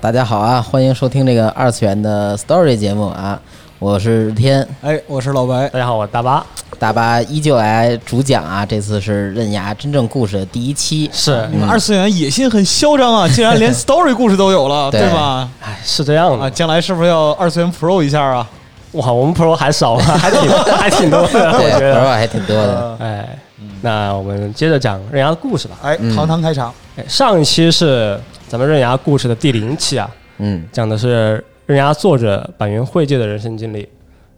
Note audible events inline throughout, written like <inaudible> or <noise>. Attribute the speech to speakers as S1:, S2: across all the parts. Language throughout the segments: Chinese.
S1: 大家好啊，欢迎收听这个二次元的 Story 节目啊，我是日天，
S2: 哎，我是老白，
S3: 大家好，我是大巴。
S1: 大巴依旧来主讲啊，这次是《刃牙真正故事》的第一期，
S3: 是
S2: 你们二次元野心很嚣张
S3: <laughs>
S2: 啊，竟然连 story 故事都有了，
S1: 对
S2: 对吧？
S3: 哎，是这样
S2: 啊，
S3: 的，
S2: 将来是不是要二次元 pro 一下啊？
S3: 哇，我们 Pro 还少吗？还挺还挺多的，我
S1: 对，
S3: 觉
S1: 朋友
S3: 得。
S1: 还挺多的，
S3: 哎，那我们接着讲刃牙的故事吧。
S2: 哎，堂堂开场，
S3: 哎上一期是咱们刃牙故事的第零期啊，
S1: 嗯，
S3: 讲的是刃牙作者板垣惠介的人生经历，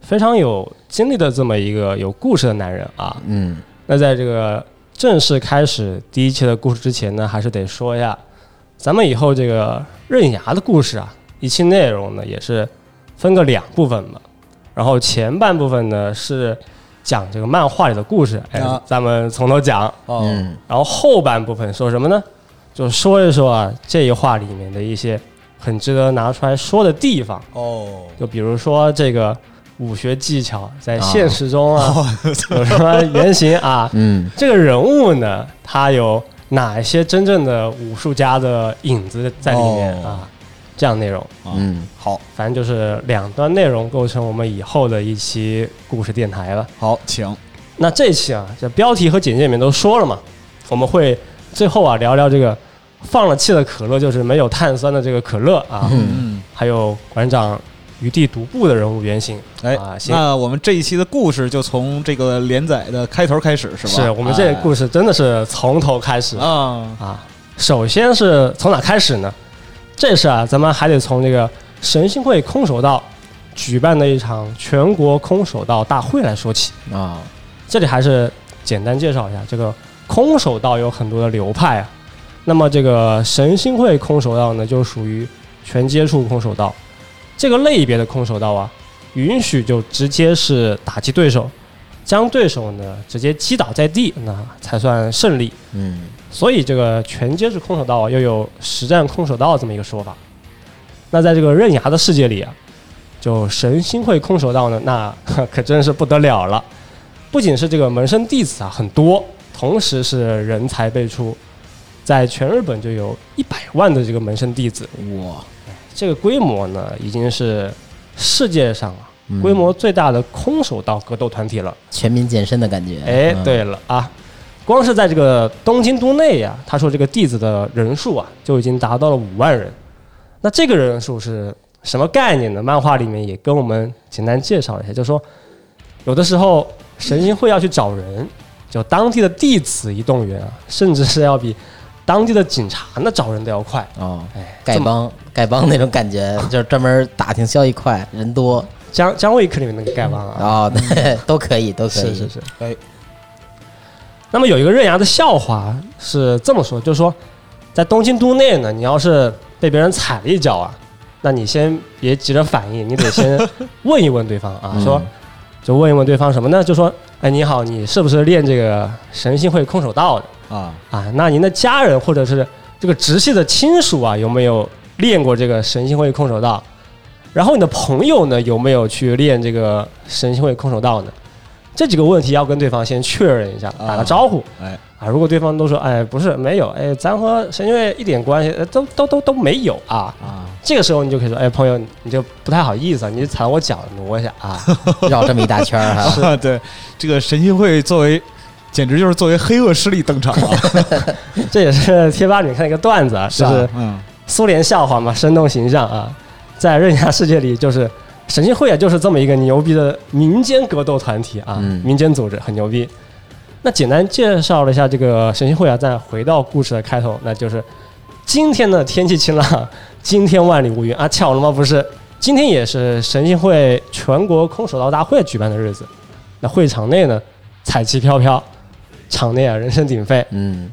S3: 非常有经历的这么一个有故事的男人啊。
S1: 嗯，
S3: 那在这个正式开始第一期的故事之前呢，还是得说一下，咱们以后这个刃牙的故事啊，一期内容呢也是分个两部分嘛。然后前半部分呢是讲这个漫画里的故事，哎
S2: 啊，
S3: 咱们从头讲。
S2: 哦，
S1: 嗯，
S3: 然后后半部分说什么呢？就说一说啊这一话里面的一些很值得拿出来说的地方，
S2: 哦，
S3: 就比如说这个武学技巧在现实中啊
S2: <laughs>
S3: 有什么原型啊，
S1: 嗯，
S3: 这个人物呢，他有哪一些真正的武术家的影子在里面、
S2: 哦
S3: 啊？这样内容，
S1: 嗯，
S2: 啊好，
S3: 反正就是两段内容构成我们以后的一期故事电台了。
S2: 好，请，
S3: 那这期啊，这标题和简介里面都说了嘛，我们会最后啊聊聊这个放了气的可乐，就是没有碳酸的这个可乐啊，
S2: 嗯，
S3: 还有馆长余地独步的人物原型。
S2: 哎
S3: 啊，行
S2: 那我们这一期的故事就从这个连载的开头开始，是吧？哎
S3: 是我们这个故事真的是从头开
S2: 事
S3: 始
S2: 啊，
S3: 啊，首先是从哪开始呢？这事啊，咱们还得从这个神心会空手道举办的一场全国空手道大会来说起。
S1: 啊，
S3: 这里还是简单介绍一下，这个空手道有很多的流派啊。那么这个神心会空手道呢，就属于全接触空手道这个类别的空手道啊，允许就直接是打击对手，将对手呢直接击倒在地，那才算胜利。
S1: 嗯，
S3: 所以这个全接式空手道啊又有实战空手道这么一个说法。那在这个刃牙的世界里啊，就神心会空手道呢，那 <laughs> 可真是不得了了。不仅是这个门生弟子啊很多，同时是人才辈出，在全日本就有一百万的这个门生弟子，
S1: 哇，
S3: 这个规模呢已经是世界上啊
S1: 嗯
S3: 规模最大的空手道格斗团体了。
S1: 全民健身的感觉，
S3: 哎，
S1: 嗯，
S3: 对了啊，光是在这个东京都内呀、他说这个弟子的人数啊，就已经达到了五万人。那这个人数是什么概念呢？漫画里面也跟我们简单介绍了一下，就说有的时候神心会要去找人，就当地的弟子一动员啊，甚至是要比当地的警察呢找人都要快。
S1: 哦，
S3: 哎，
S1: 丐
S3: 这么
S1: 帮，丐帮那种感
S3: <laughs>
S1: 觉，就是专门打听消息快，人多，
S3: 姜姜维克里面那个丐帮啊，
S1: 哦，
S3: <laughs>
S1: 对，都可以，都可
S3: 是
S1: 以，
S3: 是是。
S2: 哎，
S3: 那么有一个刃牙的笑话是这么说，就是说，在东京都内呢，你要是被别人踩了一脚啊，那你先别急着反应，你得先问一问对方啊，
S1: 嗯
S3: 说就问一问对方什么呢？就说，哎，你好，你是不是练这个神心会空手道的
S2: 啊，
S3: 啊？那您的家人或者是这个直系的亲属啊，有没有练过这个神心会空手道？然后你的朋友呢，有没有去练这个神心会空手道呢？这几个问题要跟对方先确认一下，打个
S2: 啊
S3: 招呼。
S2: 哎，
S3: 啊，如果对方都说哎不是没有，哎咱和神经卫一点关系，呃都都都都没有啊，
S2: 啊，
S3: 这个时候你就可以说哎朋友你就不太好意思啊，你踩我脚挪一下啊， <laughs>
S1: 绕这么一大圈儿哈，
S2: 啊， <laughs> 对，这个神心会作为，简直就是作为黑恶势力登场了，
S3: 这也是贴吧里看一个段子啊，就
S2: 吧
S3: 是
S2: 嗯，
S3: 苏联笑话嘛，生动形象啊，在刃牙世界里就是神经会啊，就是这么一个牛逼的民间格斗团体啊，
S1: 嗯
S3: 民间组织很牛逼。那简单介绍了一下这个神经会啊，再回到故事的开头，那就是今天的天气晴朗， <laughs> 今天万里无云啊，巧了吗？不是，今天也是神经会全国空手道大会举办的日子。那会场内呢，彩旗飘飘，场内啊人声鼎沸，
S1: 嗯，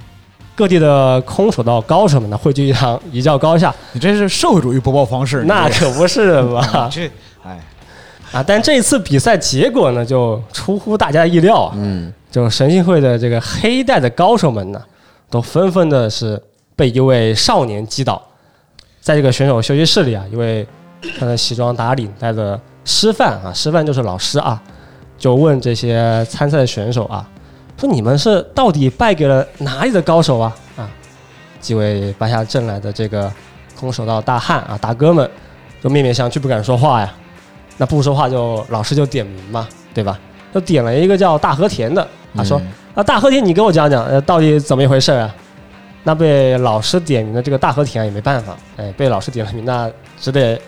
S3: 各地的空手道高手们呢汇聚一堂，一较高下。
S2: 你这是社会主义播报方式，你
S3: 那
S2: 这
S3: 可不是
S2: 啊，
S3: 嘛！
S2: 这哎，
S3: 啊，但这次比赛结果呢，就出乎大家意料啊。
S1: 嗯，
S3: 就神信会的这个黑带的高手们呢，都纷纷的是被一位少年击倒。在这个选手休息室里啊，一位穿着西装打领带的师范啊，师范就是老师啊，就问这些参赛的选手啊，说你们是到底败给了哪里的高手啊？啊，几位拔下阵来的这个空手道大汉啊，大哥们就面面相觑，不敢说话呀。那不说话就老师就点名嘛，对吧？就点了一个叫大和田的，他
S2: 嗯
S3: 说：“啊，大和田，你给我讲讲，呃，到底怎么一回事啊？”那被老师点名的这个大和田啊也没办法，哎，被老师点了名，那只得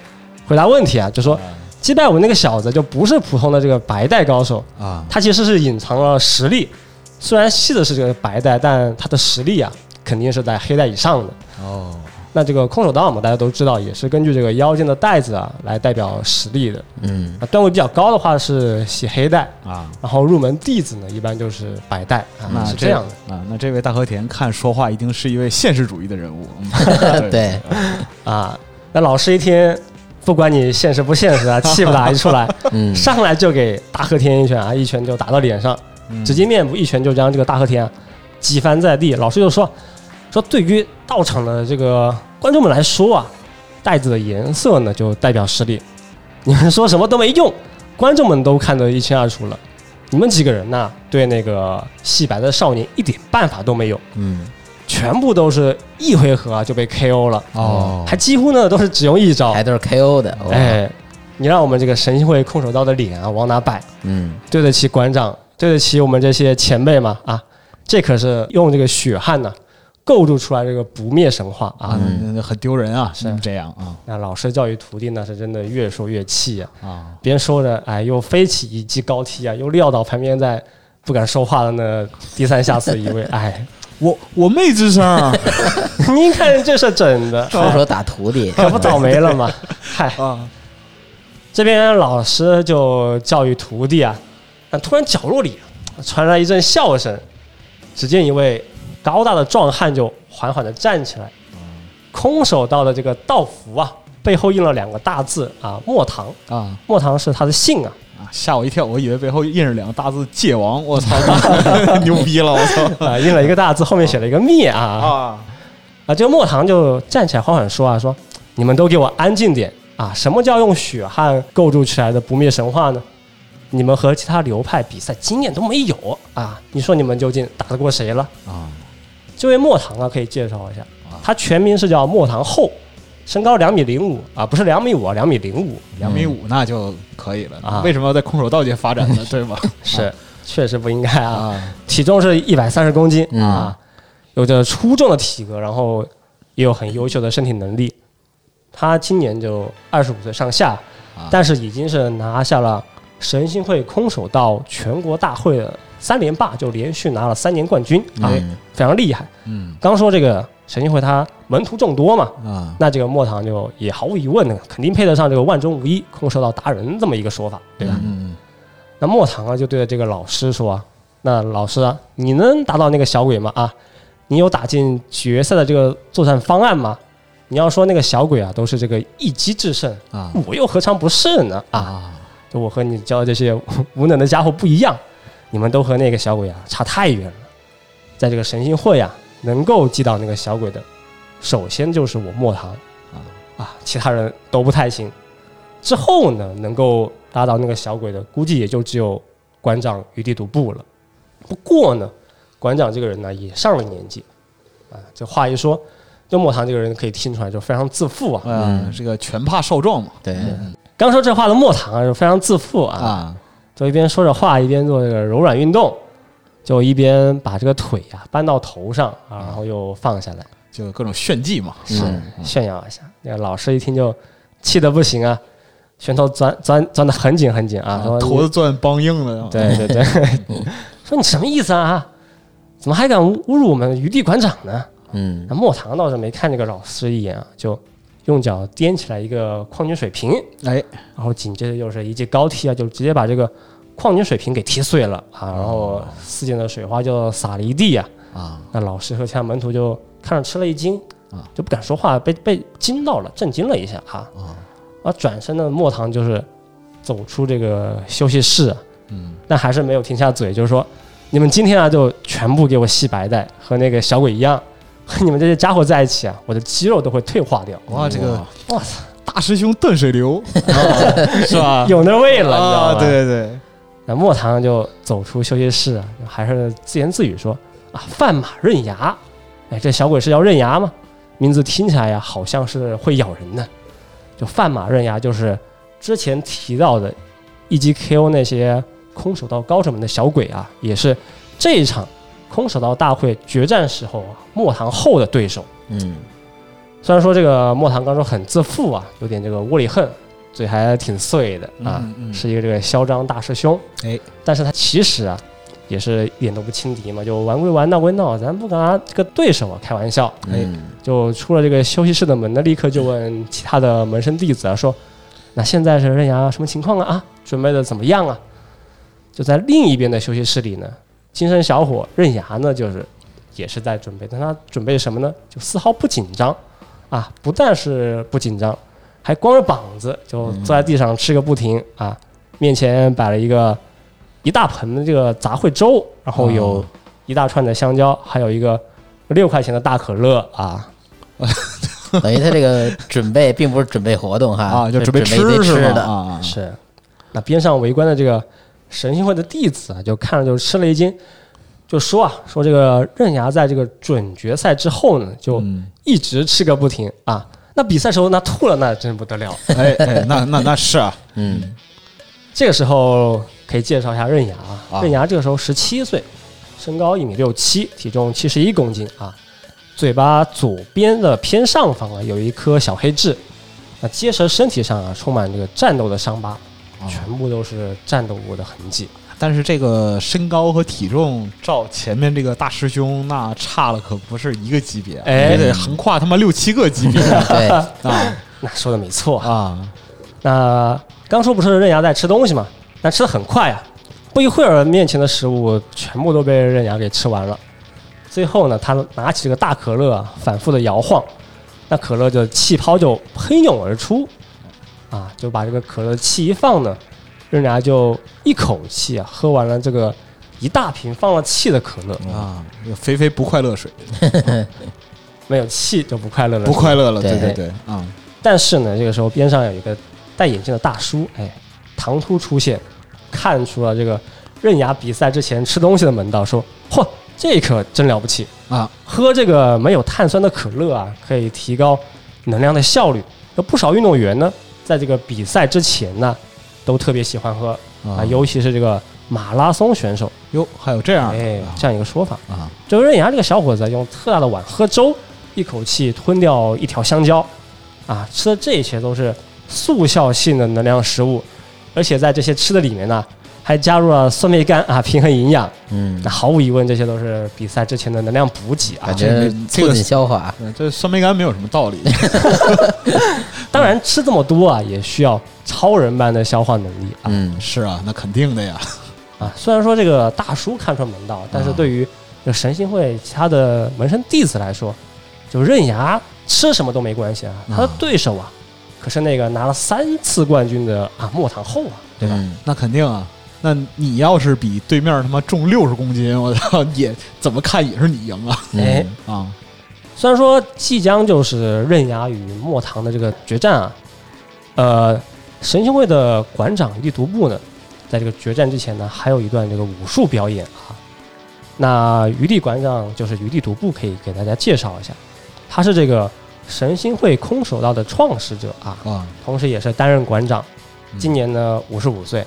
S3: 回答问题啊，就
S2: 嗯
S3: 说击败我那个小子就不是普通的这个白带高手，
S2: 啊，
S3: 他其实是隐藏了实力，虽然系的是这个白带，但他的实力啊肯定是在黑带以上的。
S2: 哦，
S3: 那这个空手道嘛，大家都知道，也是根据这个腰间的带子啊来代表实力的。
S1: 嗯，
S3: 啊，段位比较高的话是系黑带，
S2: 啊，
S3: 然后入门弟子呢一般就是白带啊，
S2: 那
S3: 是这样的。
S2: 啊，那这位大和田看说话一定是一位现实主义的人物。
S3: <laughs>
S2: 嗯
S1: 对，
S3: 啊。那老师一听，不管你现实不现实啊，气不打一处来，
S1: 嗯，
S3: 上来就给大和田一拳啊，一拳就打到脸上，
S2: 嗯
S3: 直接面部一拳就将这个大和田啊击翻在地。老师就说，说对于到场的这个观众们来说啊，袋子的颜色呢就代表实力，你们说什么都没用，观众们都看得一清二楚了。你们几个人呐，对那个细白的少年一点办法都没有，
S1: 嗯，
S3: 全部都是一回合啊就被 KO 了，
S2: 哦，
S3: 还几乎呢都是只用一招
S1: 还。都是 KO 的，哦哇，
S3: 哎，你让我们这个神会空手道的脸啊往哪摆？
S1: 嗯，
S3: 对得起馆长，对得起我们这些前辈嘛啊！这可是用这个血汗呐，构筑出来这个不灭神话啊！
S2: 啊，那那很丢人啊，
S3: 是
S2: 是这样啊
S3: 那老师教育徒弟那是真的越说越气呀、
S2: 啊，
S3: 边说着哎又飞起一记高踢啊，又撂倒旁边在不敢说话的那低三下四的一位，哎， <laughs>
S2: 我我没吱声 <laughs> 啊
S3: 您看这是
S1: <laughs>
S3: 真的，
S1: 出手打徒弟，
S3: 可不倒霉了吗？嗨，
S2: 啊，
S3: 这边老师就教育徒弟啊，但突然角落里传来一阵笑声，只见一位高大的壮汉就缓缓地站起来，空手道的这个道服啊，背后印了两个大字啊，莫唐，
S2: 啊
S3: 莫唐是他的姓啊。
S2: 啊！吓我一跳，我以为背后印着两个大字“界王”，我
S3: <laughs>
S2: 操，那牛逼了，我操
S3: 啊，印了一个大字，后面写了一个灭啊
S2: 啊！
S3: 啊！这个莫唐就站起来缓缓说啊，说你们都给我安静点啊！什么叫用血汗构筑起来的不灭神话呢？你们和其他流派比赛经验都没有啊！你说你们究竟打得过谁了？
S2: 啊
S3: 这位莫唐啊，可以介绍一下，他全名是叫莫唐后，身高两米零五啊，不是两米五啊，两米零五
S2: 两米五那就可以了
S3: 嗯啊
S2: 为什么要在空手道界发
S3: <laughs>
S2: 展呢？对吧？
S3: 是啊确实不应该啊，
S2: 啊
S3: 体重是一百三十公斤
S1: 嗯
S3: 啊，有着出众的体格，然后也有很优秀的身体能力。他今年就二十五岁上下
S2: 啊，
S3: 但是已经是拿下了神心会空手道全国大会的三连霸，就连续拿了三年冠军啊，
S1: 嗯
S3: 非常厉害。
S2: 哎嗯
S3: 刚说这个神心会他门徒众多嘛，
S2: 啊
S3: 那这个莫唐就也毫无疑问的肯定配得上这个万中无一空手道达人这么一个说法，对吧？
S2: 嗯
S3: 那莫唐啊就对着这个老师说啊：“那老师啊，你能达到那个小鬼吗？啊，你有打进决赛的这个作战方案吗？你要说那个小鬼啊，都是这个一击制胜，
S2: 啊
S3: 我又何尝不是呢？啊，
S2: 啊
S3: 就我和你教的这些 <laughs> 无能的家伙不一样，你们都和那个小鬼啊差太远了。在这个神心会啊，能够击倒那个小鬼的，首先就是我莫唐
S2: 啊
S3: 啊，其他人都不太行。之后呢，能够打倒那个小鬼的，估计也就只有馆长余地独步了。不过呢，馆长这个人呢也上了年纪，啊，这话一说，就莫唐这个人可以听出来，就非常自负啊。
S2: 啊！这个拳怕少壮嘛
S1: 对，
S2: 嗯
S3: 刚说这话的莫唐啊，就非常自负啊，
S2: 啊
S3: 就一边说着话，一边做这个柔软运动，就一边把这个腿呀、搬到头上啊，然后又放下来，啊
S2: 就各种炫技嘛，
S1: 是
S3: 炫耀一下。那个老师一听就气得不行啊，拳头钻钻钻得很紧很紧啊，说
S2: 头
S3: 你
S2: 子攥梆硬了，
S3: <laughs> 对对对，说你什么意思啊？怎么还敢侮辱我们余地馆长呢？
S1: 嗯 <laughs>
S3: 那莫唐倒是没看这个老师一眼啊，就用脚掂起来一个矿泉水瓶，
S2: 哎
S3: 然后紧接着又是一记高踢啊，就直接把这个矿泉水瓶给踢碎了啊，然后四溅的水花就洒了一地啊。
S2: 啊
S3: 那老师和其他门徒就看着吃了一惊
S2: 啊，
S3: 就不敢说话，被被惊到了，震惊了一下啊。而转身的莫唐就是走出这个休息室，
S2: 嗯，
S3: 但还是没有停下嘴，就是说你们今天啊就全部给我系白带，和那个小鬼一样，和你们这些家伙在一起啊，我的肌肉都会退化掉。
S2: 哇，这个
S3: 我操，
S2: 大师兄断水
S3: <laughs>
S2: 流啊是吧？
S3: 有那味了，你知道
S2: 啊，
S3: 吗？
S2: 对对对，
S3: 那莫唐就走出休息室，啊还是自言自语说：“啊，犯马刃牙，哎，这小鬼是要刃牙吗？名字听起来呀，好像是会咬人的。就范马刃呀，就是之前提到的 E G K O 那些空手道高手们的小鬼啊，也是这一场空手道大会决战时候啊，莫堂后的对手。
S1: 嗯，
S3: 虽然说这个莫堂刚说很自负啊，有点这个窝里横，嘴还挺碎的啊，
S2: 嗯嗯
S3: 是一个这个嚣张大师兄。
S2: 哎，
S3: 但是他其实啊，也是一点都不轻敌嘛，就玩归玩，闹归闹，咱不拿这个对手啊开玩笑。
S2: 哎
S1: 嗯，
S3: 就出了这个休息室的门呢，立刻就问其他的门生弟子啊，说：“那现在是刃牙什么情况啊？啊，准备的怎么样啊？”就在另一边的休息室里呢，金身小伙刃牙呢，就是也是在准备，但他准备什么呢？就丝毫不紧张啊，不但是不紧张，还光着膀子就坐在地上吃个不停啊，面前摆了一个一大盆的这个杂烩粥，然后有一大串的香蕉，还有一个六块钱的大可乐啊，
S1: 等于他这个准备并不是准备活动哈，
S2: 啊，就是准备
S1: 一堆吃
S2: 是吗？
S1: 的，
S2: 啊，
S3: 是，那边上围观的这个神性会的弟子啊，就看着就吃了一惊，就说啊，说这个刃牙在这个准决赛之后呢，就
S2: 嗯
S3: 一直吃个不停啊。那比赛时候那吐了，那真不得了。
S2: 哎哎，那那那是啊，
S1: 嗯
S3: 这个时候可以介绍一下刃牙啊，
S2: 啊
S3: 刃牙这个时候十七岁，身高一米六七，体重七十一公斤啊，嘴巴左边的偏上方啊有一颗小黑痣，那结实的身体上啊充满这个战斗的伤疤，
S2: 啊
S3: 全部都是战斗过的痕迹。
S2: 但是这个身高和体重，照前面这个大师兄那差了可不是一个级别，啊
S3: 哎
S2: 也得横跨他妈六七个
S3: <laughs>
S2: 级别 <laughs>
S1: 对，
S2: 啊
S3: 那说的没错啊。
S2: 啊！
S3: 那刚说不是刃牙在吃东西嘛？那吃的很快啊，不一会儿面前的食物全部都被刃牙给吃完了。最后呢，他拿起这个大可乐啊，反复的摇晃，那可乐就气泡就喷涌而出，啊，就把这个可乐的气一放呢，刃牙就一口气啊喝完了这个一大瓶放了气的可乐，
S2: 啊，肥肥不快乐水，
S3: 没有气就不快乐了。
S2: 不快乐了，
S1: 对
S2: 对对对啊！
S3: 但是呢，这个时候边上有一个戴眼镜的大叔，哎，唐突出现，看出了这个刃牙比赛之前吃东西的门道，说：“嚯，这可真了不起
S2: 啊！
S3: 喝这个没有碳酸的可乐啊，可以提高能量的效率。有不少运动员呢，在这个比赛之前呢，都特别喜欢喝啊，尤其是这个马拉松选手，
S2: 哟，还有这样
S3: 哎
S2: 的，啊
S3: 这样一个说法。
S2: 啊！
S3: 这个刃牙这个小伙子啊用特大的碗喝粥，一口气吞掉一条香蕉，啊，吃的这些都是速效性的能量食物，而且在这些吃的里面呢，还加入了酸梅干啊，平衡营养。
S1: 嗯
S3: 那，毫无疑问，这些都是比赛之前的能量补给啊
S1: 感。觉
S2: 这个
S1: 促进消化，
S2: 呃这酸梅干没有什么道
S3: <laughs>
S2: 理
S3: 当然，吃这么多啊，也需要超人般的消化能力啊
S1: 嗯，
S2: 是啊，那肯定的呀。
S3: 啊！虽然说这个大叔看穿门道，但是
S2: 啊
S3: 对于这神行会其他的门生弟子来说，就刃牙吃什么都没关系啊，他的
S2: 啊
S3: 对手啊，可是那个拿了三次冠军的啊莫唐后啊，
S1: 对吧？
S2: 那肯定啊。那你要是比对面他妈重六十公斤，我操，也怎么看也是你赢啊
S3: 哎
S1: 嗯
S2: 啊！
S3: 虽然说即将就是刃牙与莫唐的这个决战啊，呃，神行会的馆长力独步呢，在这个决战之前呢，还有一段这个武术表演啊。那余地馆长就是余地独步，可以给大家介绍一下，他是这个神行会空手道的创始者啊，
S2: 啊，
S3: 同时也是担任馆长。
S2: 嗯
S3: 今年呢，五十五岁，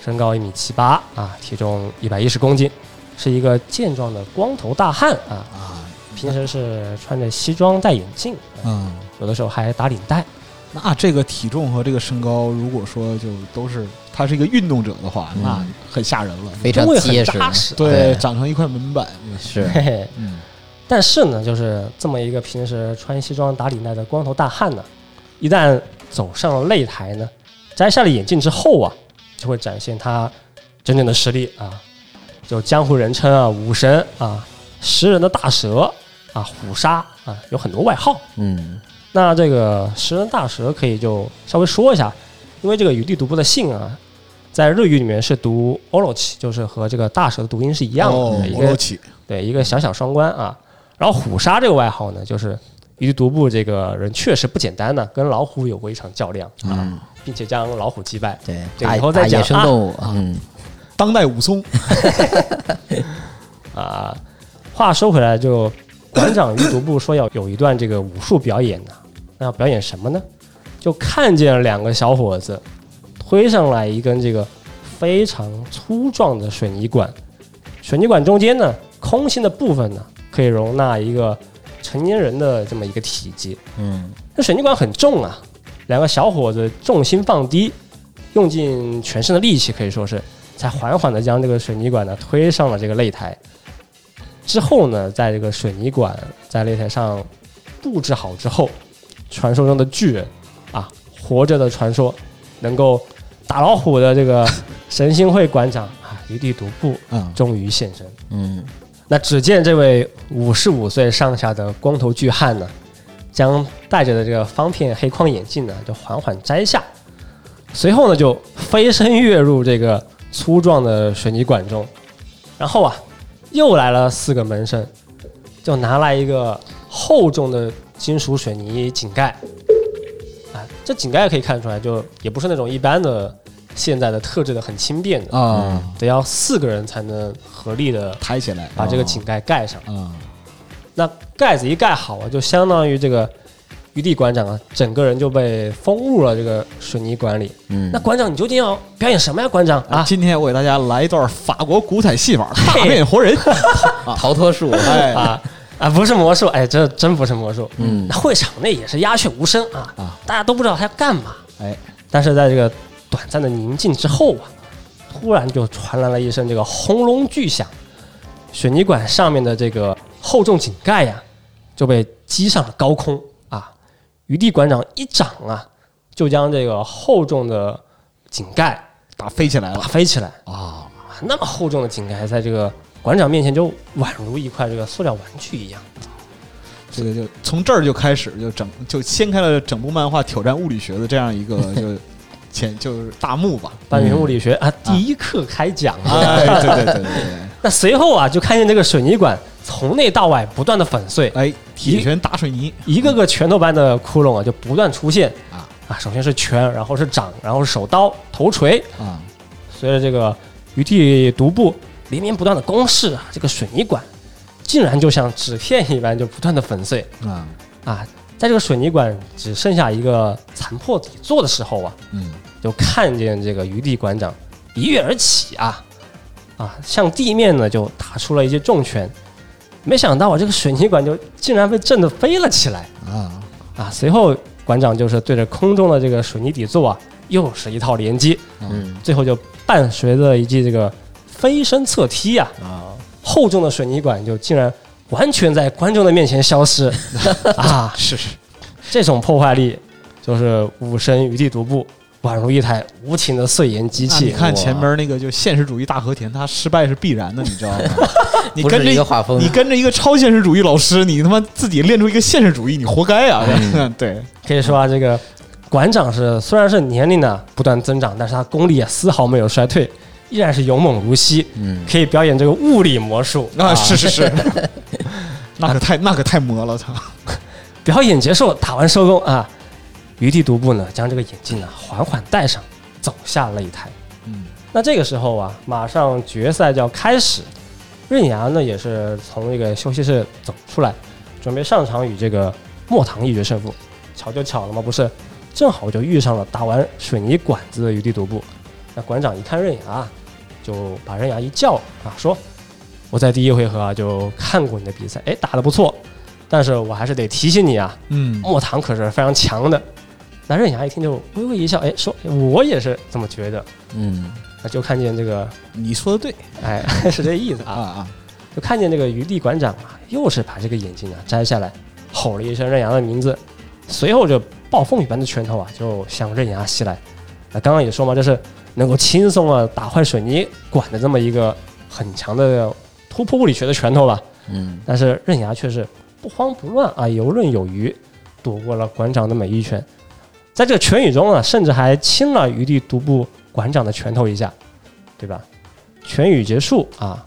S3: 身高一米七八啊，体重一百一十公斤，是一个健壮的光头大汉啊。
S2: 啊，
S3: 平时是穿着西装戴眼镜，
S2: 嗯，
S3: 有的时候还打领带。
S2: 那这个体重和这个身高，如果说就都是他是一个运动者的话，
S1: 嗯
S2: 那很吓人了。
S1: 非常
S3: 都会很
S1: 结
S3: 扎
S1: 实
S3: 实，
S2: 对，
S1: 对
S2: 长成一块门板。
S1: 是
S3: 嘿嘿，
S2: 嗯，
S3: 但是呢，就是这么一个平时穿西装打领带的光头大汉呢，一旦走上了擂台呢，摘下了眼镜之后啊，就会展现他真正的实力啊，就江湖人称啊武神啊，食人的大蛇啊，虎鲨啊，有很多外号。
S1: 嗯
S3: 那这个食人大蛇可以就稍微说一下，因为这个雨地独步的姓啊，在日语里面是读 orochi，就是和这个大蛇的读音是一样的，
S2: 哦
S3: 一
S2: 摩洛
S3: 个
S2: 奇
S3: 对一个小小双关啊。然后虎鲨这个外号呢，就是雨地独步这个人确实不简单呢，跟老虎有过一场较量啊，
S1: 嗯，
S3: 并且将老虎击败。
S1: 对，
S3: 对
S1: 大
S3: 以后再
S1: 大野
S3: 讲
S1: 生
S3: 啊
S1: 动物，嗯
S3: <laughs>
S2: 当代武松
S3: 呃啊。话说回来，就馆长御毒部说要有一段这个武术表演呢、那要表演什么呢？就看见两个小伙子推上来一根这个非常粗壮的水泥管，水泥管中间呢，空心的部分呢，可以容纳一个成年人的这么一个体积。
S1: 嗯
S3: 那水泥管很重啊，两个小伙子重心放低，用尽全身的力气，可以说是才缓缓地将这个水泥管呢推上了这个擂台。之后呢，在这个水泥管在擂台上布置好之后，传说中的巨人啊，活着的传说，能够打老虎的这个神心会馆长啊，一地独步
S2: 嗯，
S3: 终于现身。
S1: 嗯
S3: 那只见这位五十五岁上下的光头巨汉呢，将戴着的这个方片黑框眼镜呢，就缓缓摘下，随后呢就飞身跃入这个粗壮的水泥管中，然后啊，又来了四个门生，就拿来一个厚重的金属水泥井盖，啊，这井盖可以看出来，就也不是那种一般的现在的特制的很轻便的，
S2: 啊，
S3: 得要四个人才能合力的
S2: 抬起来，
S3: 嗯把这个井盖盖上。
S2: 啊，
S3: 那盖子一盖好啊，就相当于这个余地馆长啊，整个人就被封入了这个水泥管里。
S1: 嗯
S3: 那，馆长，你究竟要表演什么呀？馆长啊，
S2: 今天我给大家来一段法国古彩戏
S3: <laughs>
S2: 法，大变活人，
S1: 逃脱术，
S2: 哎
S3: 啊啊，不是魔术，哎，这真不是魔术。
S1: 嗯
S3: 那会场内也是鸦雀无声啊，
S2: 啊
S3: 大家都不知道他要干嘛。
S2: 哎，
S3: 但是在这个短暂的宁静之后啊，突然就传来了一声这个轰隆巨响，水泥管上面的这个厚重井盖呀、就被击上了高空啊！余地馆长一掌啊，就将这个厚重的井盖
S2: 打飞起来
S3: 打
S2: 了
S3: 飞起来
S2: 啊，
S3: 啊！那么厚重的井盖在这个馆长面前就宛如一块这个塑料玩具一样。
S2: 这个就从这儿就开始就整就掀开了整部漫画挑战物理学的这样一
S3: <laughs>
S2: 个就前就是大幕吧，
S3: 半云物理学啊，第一课开讲啊！
S2: 哎，对对对对对，
S3: 那随后啊，就看见这个水泥管从内到外不断的粉碎，
S2: 哎，铁拳打水泥
S3: 一个个拳头般的窟窿啊，就不断出现
S2: 啊
S3: 啊！首先是拳，然后是掌，然后是手刀、头锤。
S2: 啊，
S3: 随着这个余地独步连绵不断的攻势啊，这个水泥管竟然就像纸片一般，就不断的粉碎
S2: 啊，
S3: 啊！在这个水泥管只剩下一个残破底座的时候啊，
S2: 嗯，
S3: 就看见这个余地馆长一跃而起啊啊，向地面呢就打出了一些重拳。没想到啊，这个水泥管就竟然被震得飞了起来。
S2: 啊，
S3: 啊，随后馆长就是对着空中的这个水泥底座啊，又是一套连击，
S1: 嗯
S3: 最后就伴随着一记这个飞身侧踢啊，
S2: 嗯
S1: 啊，
S3: 厚重的水泥管就竟然完全在观众的面前消失 <laughs> 啊！
S2: 是是，
S3: 这种破坏力就是武神余地独步，宛如一台无情的碎岩机
S2: 那
S3: 器。
S2: 啊你看前
S3: 哇
S2: 面那个就现实主义大和田，他失败是必然的，你知道吗？你
S1: 不
S2: 跟
S1: 是一个
S2: 着
S1: 画风
S2: 你，跟着一个超现实主义老师，你他妈自己练出一个现实主义，你活该啊！ <laughs> 对，
S3: 可以说啊，这个馆长是虽然是年龄呢不断增长，但是他功力也丝毫没有衰退，依然是勇猛如昔。
S1: 嗯
S3: 可以表演这个物理魔术
S2: 啊，是是是， <laughs> 那可太那可太魔了，操！
S3: 表演结束，打完收工啊。余地独步呢，将这个眼镜呢缓缓戴上，走下擂台。
S2: 嗯
S3: 那这个时候啊，马上决赛就要开始，刃牙呢也是从这个休息室走出来，准备上场与这个莫唐一决胜负。巧就巧了嘛，不是，正好就遇上了打完水泥管子的余地独步。那馆长一看刃牙啊，就把刃牙一叫啊，说：“我在第一回合啊就看过你的比赛，哎，打得不错，但是我还是得提醒你啊，
S2: 嗯
S3: 莫唐可是非常强的。”那刃牙一听就微微一笑，哎，说：“我也是这么觉得。”
S1: 嗯
S3: 那就看见这个，
S2: 你说的对
S3: 哎， <laughs> 是这意思
S2: 啊
S3: 啊，
S2: 啊，
S3: 就看见这个余地馆长啊，又是把这个眼镜啊摘下来，吼了一声刃牙的名字，随后就暴风雨般的拳头啊，就向刃牙袭来。那刚刚也说嘛，这是能够轻松啊打坏水泥管的这么一个很强的突破物理学的拳头吧。
S1: 嗯
S3: 但是刃牙却是不慌不乱啊，游刃有余，躲过了馆长的每一拳。在这个拳雨中啊，甚至还亲了余地独步馆长的拳头一下，对吧？拳雨结束啊，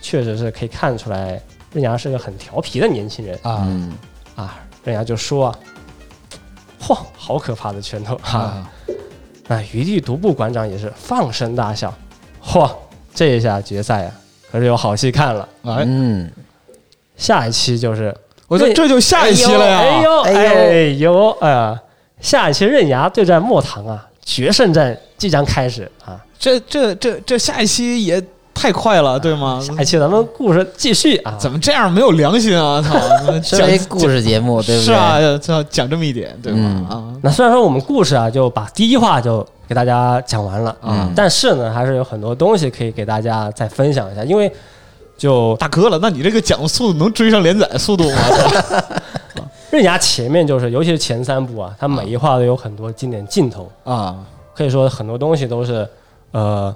S3: 确实是可以看出来，刃牙是个很调皮的年轻人
S2: 啊
S1: 嗯
S3: 啊。刃牙就说啊：“嚯，好可怕的拳头啊！”
S2: 啊
S3: 那余地独步馆长也是放声大笑：“嚯，这一下决赛啊，可是有好戏看了。”
S2: 哎
S1: 嗯
S3: 下一期就是
S2: 我说
S3: 对
S2: 这就下一期了
S3: 哎
S2: 呀，
S3: 呦
S1: 哎
S3: 哎
S1: 呦
S3: 呦哎呀！下一期刃牙对战莫唐啊，决胜战即将开始啊！
S2: 这这这这下一期也太快了，对吗？
S3: 下一期咱们故事继续啊！
S2: 怎么这样没有良心啊！操，
S1: 身为
S2: 讲
S1: 故事节目，对不对？
S2: 是啊，操，讲这么一点，对
S1: 嗯？
S2: 吗啊
S3: 那虽然说我们故事啊，就把第一话就给大家讲完了，
S2: 啊
S1: 嗯，
S3: 但是呢，还是有很多东西可以给大家再分享一下，因为就
S2: 大哥了，那你这个讲的速度能追上连载速度吗？
S3: 刃牙前面就是，尤其是前三部啊，它每一话都有很多经典镜头，
S2: 啊，
S3: 可以说很多东西都是呃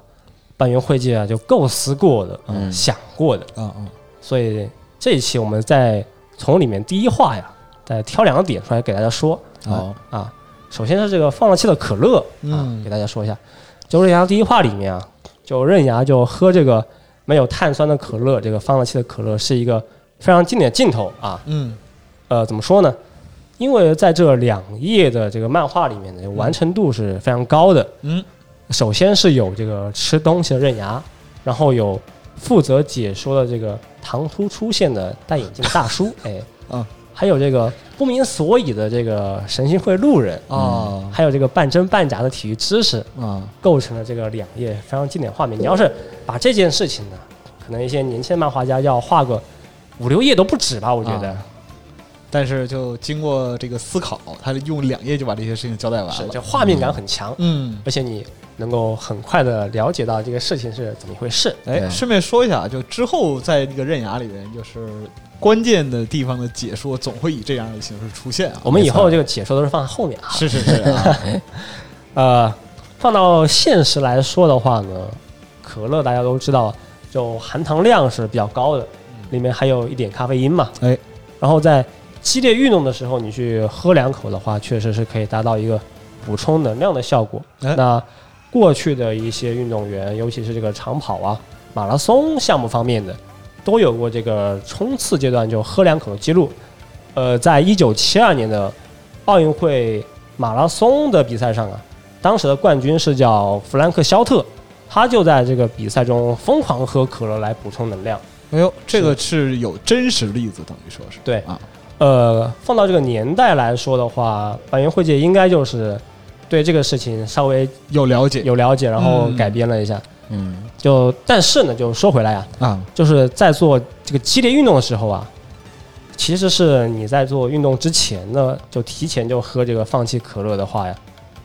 S3: 半原惠介啊就构思过的、
S1: 嗯
S3: 想过的，
S2: 啊啊
S3: 所以这一期我们再从里面第一话呀，再挑两个点出来给大家说
S2: 好，
S3: 啊。首先是这个放了气的可乐啊
S2: 嗯，
S3: 给大家说一下，就刃牙第一话里面啊，就刃牙就喝这个没有碳酸的可乐，这个放了气的可乐是一个非常经典的镜头啊。
S2: 嗯
S3: 呃，怎么说呢？因为在这两页的这个漫画里面呢，完成度是非常高的。
S2: 嗯
S3: 首先是有这个吃东西的刃牙，然后有负责解说的这个唐突出现的戴眼镜
S2: <laughs>
S3: 大叔，哎，
S2: 啊
S3: 还有这个不明所以的这个神心会路人，
S2: 啊
S3: 还有这个半真半假的体育知识，
S2: 啊
S3: 构成了这个两页非常经典画面。你要是把这件事情呢，可能一些年轻漫画家要画个五六页都不止吧，我觉得。
S2: 啊但是就经过这个思考，他用两页就把这些事情交代完
S3: 是，
S2: 了。
S3: 就画面感很强，
S2: 啊嗯，
S3: 而且你能够很快的了解到这个事情是怎么一回事。
S2: 哎，
S1: 对
S2: 顺便说一下，就之后在这个刃牙里边，就是关键的地方的解说总会以这样的形式出现啊。
S3: 我们以后这个解说都是放在后面啊。
S2: 是是是啊，
S3: 呃，放到现实来说的话呢，可乐大家都知道，就含糖量是比较高的，里面还有一点咖啡因嘛。
S2: 嗯哎，
S3: 然后在激烈运动的时候，你去喝两口的话，确实是可以达到一个补充能量的效果。
S2: 哎
S3: 那过去的一些运动员，尤其是这个长跑啊、马拉松项目方面的，都有过这个冲刺阶段就喝两口的记录。呃，在一九七二年的奥运会马拉松的比赛上啊，当时的冠军是叫弗兰克·肖特，他就在这个比赛中疯狂喝可乐来补充能量。
S2: 哎呦，这个是有真实例子，等于说是
S3: 对
S2: 啊，
S3: 呃，放到这个年代来说的话，板垣惠介应该就是对这个事情稍微
S2: 有了解
S3: 有了解，然后
S2: 嗯
S3: 改编了一下。
S1: 嗯
S3: 就但是呢，就说回来啊，
S2: 啊，
S3: 就是在做这个激烈运动的时候啊，其实是你在做运动之前呢，就提前就喝这个放弃可乐的话呀，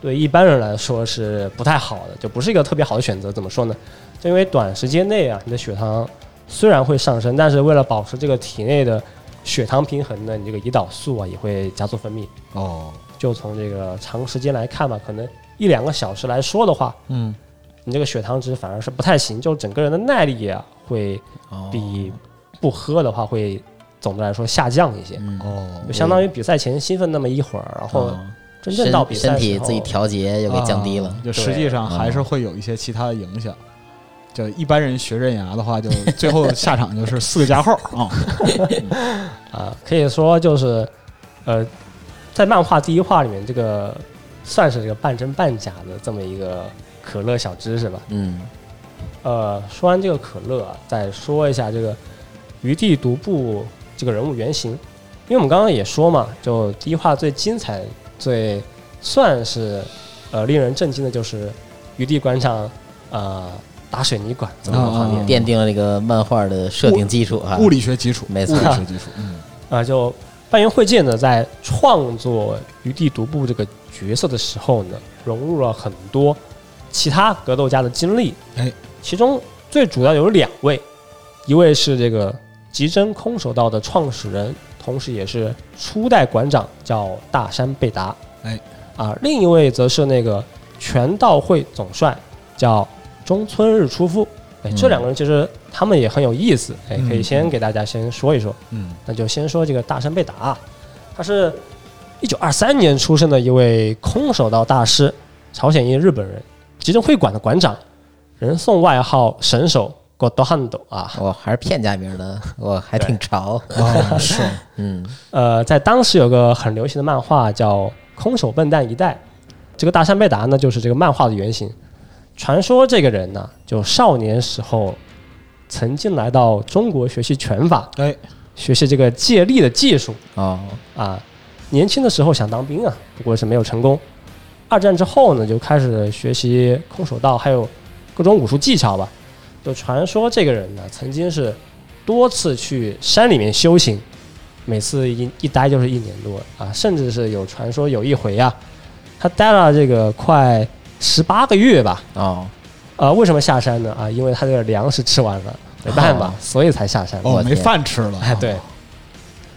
S3: 对一般人来说是不太好的，就不是一个特别好的选择。怎么说呢？就因为短时间内啊，你的血糖虽然会上升，但是为了保持这个体内的血糖平衡呢，你这个胰岛素啊也会加速分泌。
S2: 哦，
S3: 就从这个长时间来看吧，可能一两个小时来说的话，
S2: 嗯，
S3: 你这个血糖值反而是不太行，就整个人的耐力啊会
S1: 哦
S3: 比不喝的话会总的来说下降一些，
S1: 嗯
S2: 哦
S3: 就相当于比赛前兴奋那么一会儿，然后
S1: 哦
S3: 真正到比赛
S1: 身身体
S3: 的时候
S1: 自己调节又给降低了
S2: 啊，就实际上还是会有一些其他的影响。就一般人学刃牙的
S1: <laughs>
S2: 话，就最后下场就是四个加号啊，
S3: 啊，可以说就是呃，在漫画第一话里面，这个算是这个半真半假的这么一个可乐小知识吧。
S1: 嗯
S3: 呃，说完这个可乐、啊，再说一下这个余地独步这个人物原型，因为我们刚刚也说嘛，就第一话最精彩、最算是呃令人震惊的就是余地广场呃打水泥管这么一个画面，
S2: 嗯
S1: 奠定了这个漫画的设定基础啊。
S2: 物理学基础，
S1: 没错
S2: 物理学基础，嗯，
S3: 啊，就半原惠介呢，在创作余地独步这个角色的时候呢，融入了很多其他格斗家的经历。
S2: 哎，
S3: 其中最主要有两位，一位是这个极真空手道的创始人，同时也是初代馆长，叫大山贝达。
S2: 哎，
S3: 啊，另一位则是那个拳道会总帅，叫中村日出夫。哎，
S1: 嗯
S3: 这两个人其实他们也很有意思，哎，可以
S2: 嗯
S3: 先给大家先说一说。
S2: 嗯，
S3: 那就先说这个大山贝达，他是一九二三年出生的一位空手道大师，朝鲜裔日本人，集中会馆的馆长，人送外号“神手 g o d h a n d 啊。
S1: <laughs> 我还是片假名
S3: <laughs>
S1: 的，我还挺潮。
S2: 啊，是，
S1: <laughs> 嗯
S3: 呃，在当时有个很流行的漫画叫《空手笨蛋一代》，这个大山贝达呢就是这个漫画的原型。传说这个人呢，就少年时候曾经来到中国学习拳法，
S2: 哎，
S3: 学习这个借力的技术
S1: 哦，
S3: 啊。年轻的时候想当兵啊，不过是没有成功。二战之后呢，就开始学习空手道，还有各种武术技巧吧。就传说这个人呢，曾经是多次去山里面修行，每次一一待就是一年多啊，甚至是有传说有一回啊，他待了这个快十八个月吧，
S1: 哦，
S3: 啊，为什么下山呢？啊，因为他这个粮食吃完了，没办法，
S1: 哦
S3: 所以才下山。
S2: 哦，
S1: 我
S2: 没
S1: 天
S2: 饭吃了。
S3: 哎，对，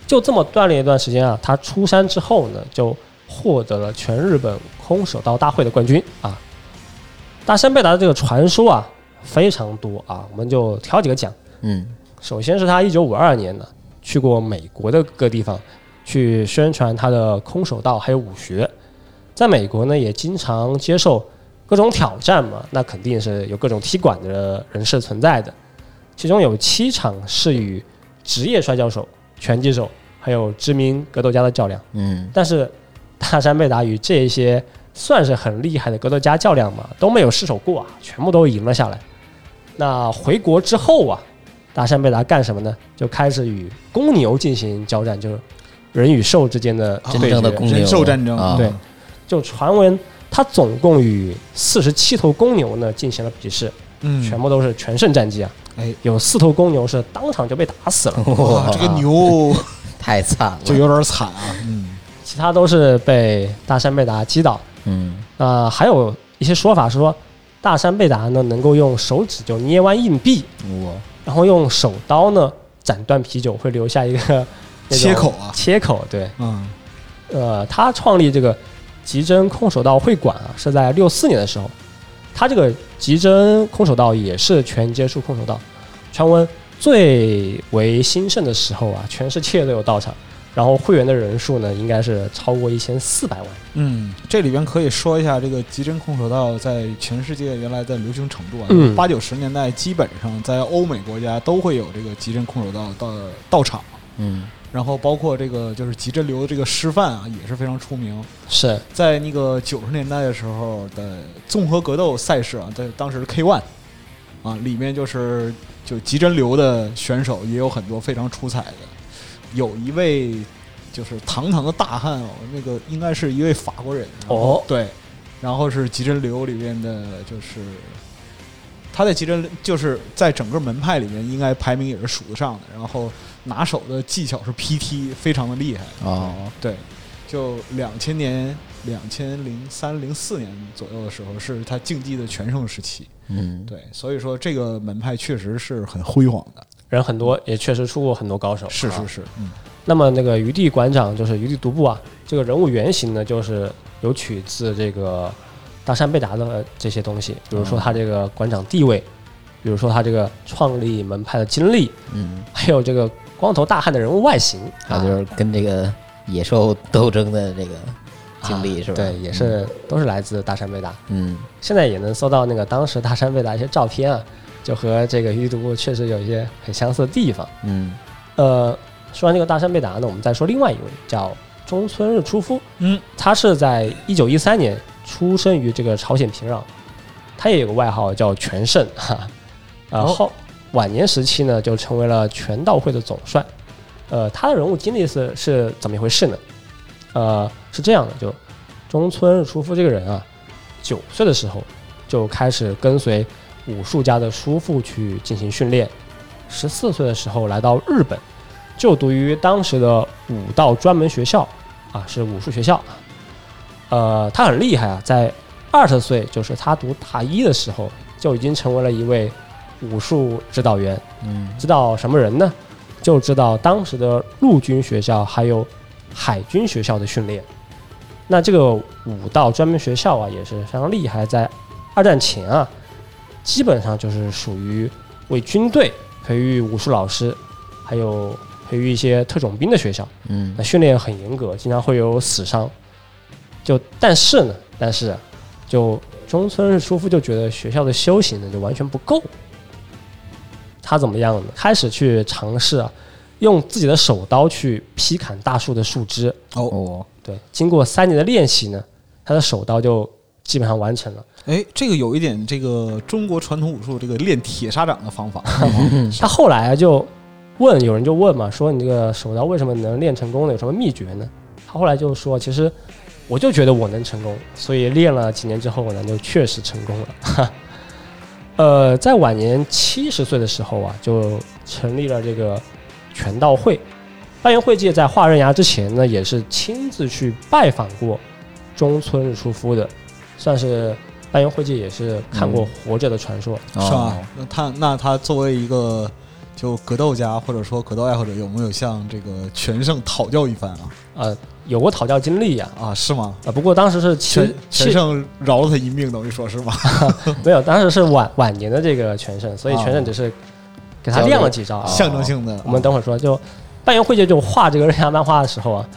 S3: 就这么锻炼一段时间啊，他出山之后呢，就获得了全日本空手道大会的冠军啊。大山贝达的这个传说啊非常多啊，我们就挑几个讲。
S1: 嗯，
S3: 首先是他一九五二年呢去过美国的各地方去宣传他的空手道还有武学，在美国呢也经常接受各种挑战嘛，那肯定是有各种踢馆的人士存在的，其中有七场是与职业摔跤手、拳击手还有知名格斗家的较量，
S1: 嗯，
S3: 但是大山贝达与这些算是很厉害的格斗家较量嘛，都没有失手过啊，全部都赢了下来。那回国之后啊，大山贝达干什么呢？就开始与公牛进行交战，就是人与兽之间的
S2: 啊
S1: 真
S3: 哦对
S1: 正的
S3: 决
S1: 公
S2: 人
S1: 牛
S2: 兽战争嗯
S1: 啊，
S3: 对，就传闻他总共与四十七头公牛呢进行了比试，
S2: 嗯，
S3: 全部都是全胜战绩啊。
S2: 哎，
S3: 有四头公牛是当场就被打死了，
S2: 哇，这个
S1: <laughs>
S2: 牛
S1: 太惨了，
S2: 就有点惨啊。嗯，
S3: 其他都是被大山贝达击倒。
S1: 嗯，
S3: 呃，还有一些说法是说，大山贝达呢能够用手指就捏弯硬币，
S1: 我
S3: 然后用手刀呢斩断啤酒，会留下一个那种
S2: 切口啊，
S3: 切口。对，
S2: 嗯，
S3: 呃，他创立这个极真空手道会馆啊，是在六四年的时候。他这个极真空手道也是全接触空手道，传闻最为兴盛的时候啊，全世界都有到场，然后会员的人数呢，应该是超过一千四百万。
S2: 嗯，这里边可以说一下这个极真空手道在全世界原来的流行程度啊
S3: 嗯，
S2: 八九十年代基本上在欧美国家都会有这个极真空手道到到场，
S1: 嗯，
S2: 然后包括这个就是极真流的这个师范啊也是非常出名，
S3: 是，
S2: 在那个九十年代的时候的综合格斗赛事啊，在当时 K One 啊里面就是就极真流的选手也有很多非常出彩的，有一位就是堂堂的大汉哦，那个应该是一位法国人啊然后
S3: 哦
S2: 对，然后是极真流里面的就是。他在极真就是在整个门派里面，应该排名也是数得上的。然后拿手的技巧是 PT，非常的厉害。
S1: 哦，
S2: 对，就两千年、两千零三、零四年左右的时候，是他竞技的全盛时期。
S1: 嗯，
S2: 对，所以说这个门派确实是很辉煌的。
S3: 人很多，也确实出过很多高手。
S2: 是
S3: 啊
S2: 是是，嗯，
S3: 那么那个余地馆长就是余地独步啊，这个人物原型呢，就是有取自这个大山贝达的这些东西，比如说他这个馆长地位，比如说他这个创立门派的经历，
S1: 嗯，
S3: 还有这个光头大汉的人物外形
S1: 还
S3: 啊
S1: 有，就是跟这个野兽斗争的这个经
S2: 啊
S1: 历是吧？
S3: 啊对，也是都是来自大山贝达。
S1: 嗯，
S3: 现在也能搜到那个当时大山贝达一些照片啊，就和这个余地独步确实有一些很相似的地方。
S1: 嗯，
S3: 呃，说完这个大山贝达呢，我们再说另外一位叫中村日出夫。
S2: 嗯，
S3: 他是在一九一三年出生于这个朝鲜平壤，他也有个外号叫全胜哈。然
S2: 哦
S3: 后、晚年时期呢，就成为了全道会的总帅。呃，他的人物经历是是怎么一回事呢？呃，是这样的，就中村日出夫这个人啊，九岁的时候就开始跟随武术家的叔父去进行训练，十四岁的时候来到日本，就读于当时的武道专门学校啊，是武术学校。呃，他很厉害啊，在二十岁，就是他读大一的时候，就已经成为了一位武术指导员。
S1: 嗯，
S3: 知道什么人呢？就知道当时的陆军学校还有海军学校的训练。那这个武道专门学校啊，也是非常厉害，在二战前啊，基本上就是属于为军队培育武术老师，还有培育一些特种兵的学校。
S1: 嗯
S3: 那，训练很严格，经常会有死伤。就但是呢，但是啊就中村日出夫就觉得学校的修行呢就完全不够。他怎么样呢？开始去尝试啊，用自己的手刀去劈砍大树的树枝。
S2: 哦，
S1: 我，
S3: 对，经过三年的练习呢，他的手刀就基本上完成了。
S2: 哎，这个有一点这个中国传统武术这个练铁砂掌的方法，
S3: 他后来啊就问有人就问嘛，说你这个手刀为什么能练成功呢？有什么秘诀呢？他后来就说，其实我就觉得我能成功，所以练了几年之后呢，就确实成功了。 <laughs> 呃，在晚年七十岁的时候啊，就成立了这个拳道会。半原惠介在画刃牙之前呢，也是亲自去拜访过中村日出夫的，算是半原惠介也是看过活着的传说。
S1: 哦
S2: 是吧？那他那他作为一个就格斗家或者说格斗爱好者，有没有向这个全胜讨教一番啊？
S3: 呃，有过讨教经历呀、
S2: 啊，是吗？
S3: 啊，不过当时是
S2: 全
S3: 七
S2: 全
S3: 七
S2: 胜饶了他一命，等于说是吗？
S3: 没有，当时是晚晚年的这个全胜，所以全胜只是给他亮了几招啊。
S2: 哦象征性的，
S3: 我们等会儿说，就半原惠介就画这个刃牙漫画的时候啊，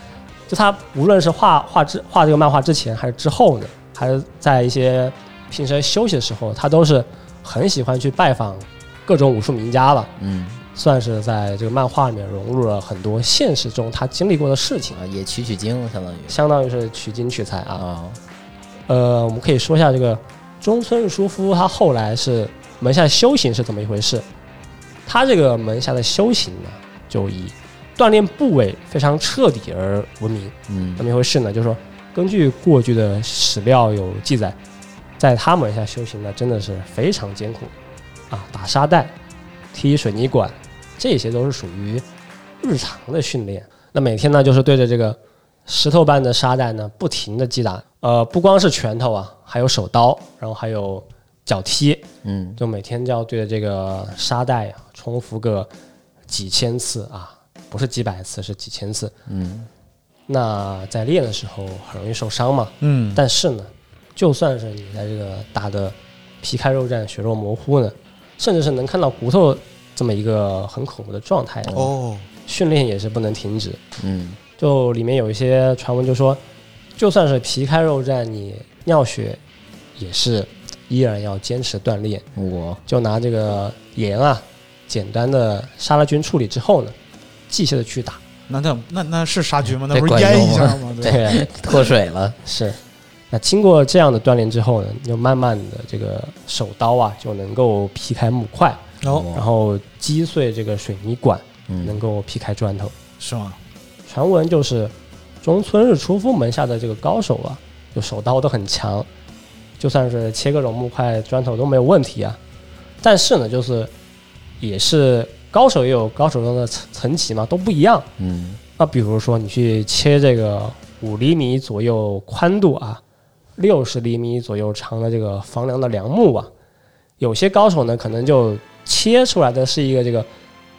S3: 就他无论是画画之画这个漫画之前，还是之后呢，还是在一些平时休息的时候，他都是很喜欢去拜访各种武术名家了，
S1: 嗯
S3: 算是在这个漫画里面融入了很多现实中他经历过的事情，
S1: 啊，也取取经，相当于
S3: 相当于是取经取材啊。
S1: 啊，
S3: 呃，我们可以说一下这个中村日出夫，他后来是门下修行是怎么一回事？他这个门下的修行呢，就以锻炼部位非常彻底而闻名。
S1: 嗯
S3: 怎么一回事呢？就是说，根据过去的史料有记载，在他门下修行呢，真的是非常艰苦啊，打沙袋、踢水泥管，这些都是属于日常的训练。那每天呢，就是对着这个石头般的沙袋呢，不停的击打。呃，不光是拳头啊，还有手刀，然后还有脚踢，
S1: 嗯，
S3: 就每天就要对着这个沙袋啊重复个几千次啊，不是几百次，是几千次。
S1: 嗯，
S3: 那在练的时候很容易受伤嘛。
S2: 嗯，
S3: 但是呢，就算是你在这个打的皮开肉绽、血肉模糊呢，甚至是能看到骨头这么一个很恐怖的状态，
S2: 哦，
S3: 训练也是不能停止。
S1: 嗯
S3: 就里面有一些传闻就说，就算是皮开肉绽，你尿血也是依然要坚持锻炼。
S1: 嗯，我
S3: 就拿这个盐啊，简单的杀拉菌处理之后呢，机械的去打。
S2: 那那那那是杀菌吗？那
S1: 这
S2: 不是
S1: 管
S2: 腌
S1: 用
S2: 一下
S1: 吗
S2: 吗？吧，
S3: 对，
S1: <laughs> 脱水了，
S3: 是。那经过这样的锻炼之后呢，你就慢慢的这个手刀啊就能够劈开木块，
S2: 然后
S3: 然后击碎这个水泥管，哦能
S1: 嗯
S3: 够劈开砖头。
S2: 是吗？
S3: 传闻就是中村日出夫门下的这个高手啊，就手刀都很强，就算是切各种木块、砖头都没有问题啊。但是呢，就是也是高手也有高手中的层层级嘛，都不一样。
S1: 嗯
S3: 那比如说你去切这个五厘米左右宽度啊，六十厘米左右长的这个房梁的梁木啊，有些高手呢可能就切出来的是一个这个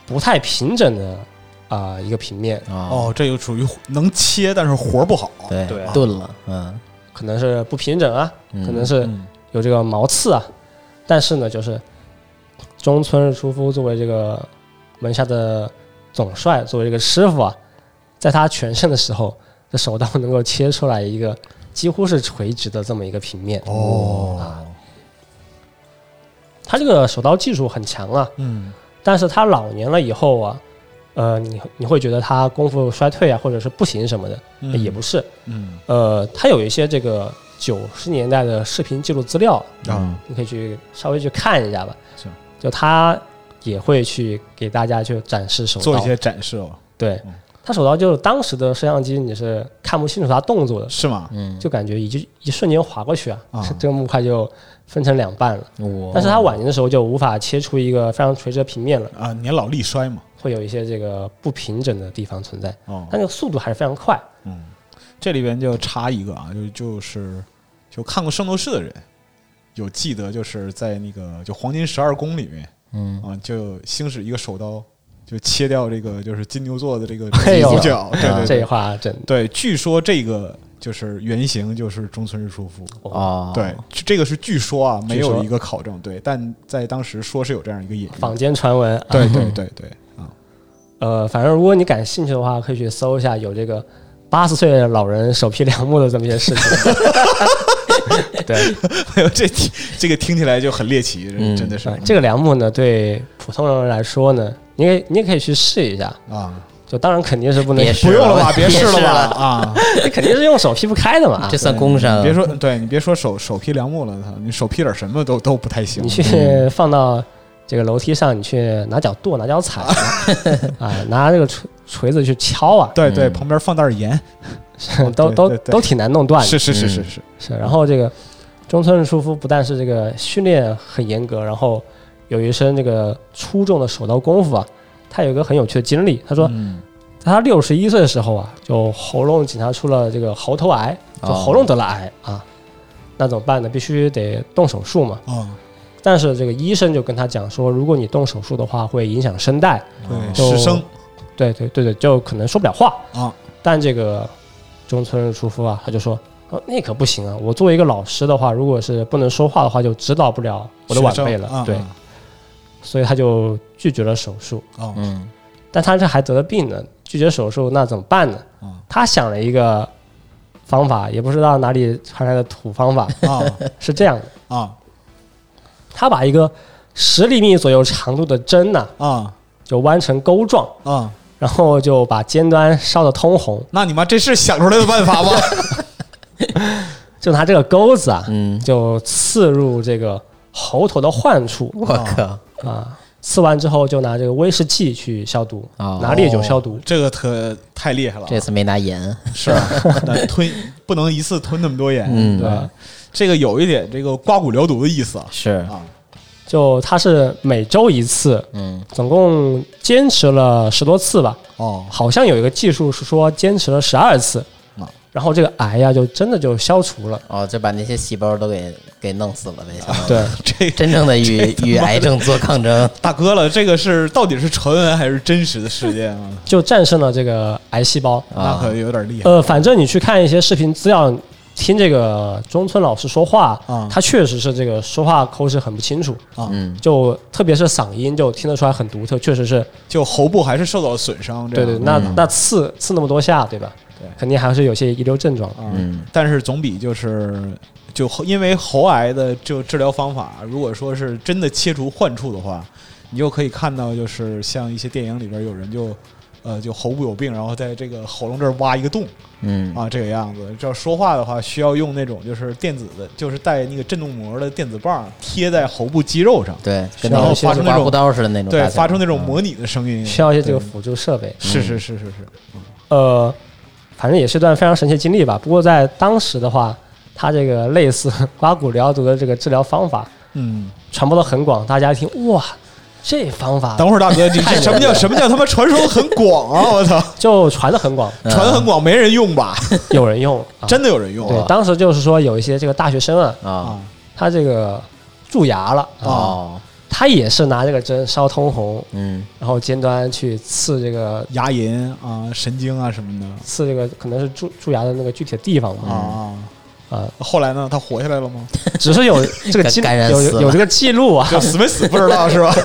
S3: 不太平整的啊、一个平面，
S1: 啊，
S2: 哦，这个属于能切，但是活儿不好。
S1: 对
S3: 对啊
S1: 炖了，嗯，
S3: 可能是不平整啊，
S1: 嗯
S3: 可能是
S2: 嗯，
S3: 有这个毛刺啊，但是呢，就是中村日出夫作为这个门下的总帅，作为这个师傅啊，在他全盛的时候，这手刀能够切出来一个几乎是垂直的这么一个平面。啊，
S2: 哦，
S3: 他这个手刀技术很强啊，
S2: 嗯，
S3: 但是他老年了以后啊，呃，你你会觉得他功夫衰退啊，或者是不行什么的，
S2: 嗯
S3: 也不，是。
S2: 嗯
S3: 呃，他有一些这个九十年代的视频记录资料，
S2: 啊，
S3: 你可以去稍微去看一下吧。
S2: 行，
S3: 就他也会去给大家去展示手刀，
S2: 做一些展示哦，
S3: 对
S2: 嗯
S3: 他手刀就是当时的摄像机你是看不清楚他动作的，
S2: 是吗？
S1: 嗯，
S3: 就感觉一就一瞬间划过去啊，
S2: 啊哦
S3: 这个木块就分成两半了。
S1: 嗯我，
S3: 但是他晚年的时候就无法切出一个非常垂直的平面了，
S2: 啊，年老力衰嘛。
S3: 会有一些这个不平整的地方存在，
S2: 哦，
S3: 但这个速度还是非常快。
S2: 嗯，这里边就插一个啊，就就是就看过《圣斗士》的人，有记得就是在那个就黄金十二宫里面
S1: 嗯
S2: 啊，就星矢一个手刀就切掉这个就是金牛座的这个
S3: <laughs> 哎呦
S2: 主角，对对
S3: 这
S2: 对
S3: 话真
S2: 对，据说这个就是原型就是中村日出夫。
S1: 哦，
S2: 对，这这个是据说啊，没
S3: 据说
S2: 有一个考证，
S3: 哦
S2: 对，但在当时说是有这样一个隐喻。
S3: 坊间传闻，啊
S2: 对对对对，啊， <laughs>
S3: 呃，反正如果你感兴趣的话，可以去搜一下有这个八十岁的老人手劈梁木的这么一些事
S2: <laughs>
S3: 情。对，
S2: 哎呦，这听这个听起来就很猎奇，
S1: 嗯
S2: 真的是
S3: 啊这个梁木呢，对普通人来说呢，你也你也可以去试一下。
S2: 啊，
S3: 就当然肯定是不能
S1: 别，试
S2: 不用了吧，
S1: 了
S2: 别
S1: 别
S2: 试
S1: 试
S2: 了
S1: 了
S2: 吧啊。
S3: 你肯定是用手劈不开的嘛
S1: 啊这。算
S2: 对
S1: 工伤，
S2: 你别说，对你别说手手劈梁木了，操，你手劈点什么都都不太行
S3: 你。去放到这个楼梯上你去拿脚跺、拿
S2: <laughs>
S3: 脚踩啊啊，拿这个锤锤子去敲啊，
S2: 对对，
S1: 嗯
S2: 旁边放袋盐，
S3: <laughs> 都都
S2: 对对对
S3: 都挺难弄断的。
S2: 是是是是是，
S3: 是，然后这个中村树夫不但是这个训练很严格，然后有一身这个出众的手刀功夫啊。他有一个很有趣的经历，他说，
S2: 嗯
S3: 在他六十一岁的时候啊，就喉咙检查出了这个喉头癌，就喉咙得了癌啊。那怎么办呢？必须得动手术嘛。
S2: 啊，
S3: 但是这个医生就跟他讲说，如果你动手术的话，会影响声带，
S2: 对，
S3: 就
S2: 失声
S3: 对对对对，就可能说不了话。
S2: 啊，
S3: 但这个中村叔夫啊，他就说，哦，那可不行啊！我作为一个老师的话，如果是不能说话的话，就指导不了我的晚辈
S2: 学
S3: 了。
S2: 生啊
S3: 对，
S2: 啊
S3: 所以他就拒绝了手术。
S2: 哦
S1: 嗯
S3: 但他这还得了病呢，拒绝手术那怎么办呢？
S2: 啊
S3: 他想了一个方法，也不知道哪里传来的土
S2: <laughs>
S3: 方法，
S2: 啊
S3: 是这样的：
S2: 啊
S3: 他把一个十厘米左右长度的针呐，
S2: 啊
S3: 就弯成钩状，
S2: 啊！
S3: 然后就把尖端烧得通红，
S2: 那你妈这是想出来的办法吗？
S3: 就拿这个钩子啊，
S1: 嗯，
S3: 就刺入这个喉头的患处
S1: 我靠，
S3: 啊，刺完之后就拿这个威士忌去消毒，
S1: 哦
S3: <laughs> 拿烈酒消毒
S2: 哦。这个特太厉害了啊，
S1: 这次没拿盐，
S2: 是啊，那吞不能一次吞那么多盐，
S1: 嗯
S3: 啊
S2: 对吧，这个有一点这个刮骨疗毒的意思啊
S1: 是，
S2: 啊，
S3: 就他是每周一次，
S1: 嗯
S3: 总共坚持了十多次吧，
S2: 哦，
S3: 好像有一个技术是说坚持了十二次
S2: 啊，
S3: 然后这个癌呀、就真的就消除了。
S1: 哦，就把那些细胞都给给弄死了呗，相当于
S3: 对，
S2: 这
S1: 真正的与与癌症做抗争，
S2: 大哥了，这个是到底是传闻还是真实的事件啊？
S3: 就战胜了这个癌细胞。
S2: 那
S1: 啊
S2: 可有点厉害
S3: 呃，反正你去看一些视频资料，听这个中村老师说话
S2: 啊，
S3: 他确实是这个说话口齿很不清楚。
S2: 啊！
S1: 嗯
S3: 就特别是嗓音，就听得出来很独特，确实是
S2: 就喉部还是受到了损伤，这
S3: 对
S2: 样
S3: 对。那那刺刺那么多下，对吧？
S2: 啊对
S3: 肯定还是有些遗留症状。
S2: 啊
S1: 嗯
S2: 但是总比就是就喉因为喉癌的就治疗方法，如果说是真的切除患处的话，你就可以看到，就是像一些电影里边有人就呃就喉部有病，然后在这个喉咙这儿挖一个洞
S1: 嗯
S2: 啊，这个样子。这要说话的话，需要用那种就是电子的，就是带那个震动膜的电子棒贴在喉部肌肉上，
S1: 对，跟那
S3: 然后
S1: 个
S2: 发出那
S1: 刮
S2: 种
S1: 胡刀似的那种大
S2: 对，
S1: 小，
S2: 发出那种
S1: 嗯
S2: 模拟的声音。
S3: 需要一些这个
S2: 对
S3: 辅助设备。
S2: 是是是是是，
S3: 呃，反正也是一段非常神奇的经历吧。不过在当时的话，他这个类似 <laughs> 刮骨疗毒的这个治疗方法
S2: 嗯。
S3: 传播的很广，大家一听哇，这方法
S2: 等会儿，大哥，你
S1: 哎
S2: 这什么叫什么叫他妈传说很
S1: <laughs>
S2: 广啊？我操，
S3: 就传的很广，
S1: 嗯
S2: 传很广，没人用吧？
S3: 有人
S2: <laughs>
S3: 用。啊、
S2: 真的有人用
S3: 对，
S2: 啊？
S3: 当时就是说有一些这个大学生啊，
S1: 啊
S2: 啊
S3: 他这个蛀牙了啊，
S1: 哦
S3: 他也是拿这个针烧通红，
S1: 嗯
S3: 然后尖端去刺这个
S2: 牙龈啊、神经啊什么的
S3: 刺这个可能是蛀蛀牙的那个具体的地
S1: 嗯
S3: 方嘛，
S2: 啊。
S3: 啊、
S2: 后来呢？他活下来
S1: <laughs>
S2: 了吗？
S3: 只是有这个记
S1: 感染
S3: 有
S1: 死了
S3: 有这个记录
S1: <laughs>
S3: 啊，
S2: 就死没死不知道是吧？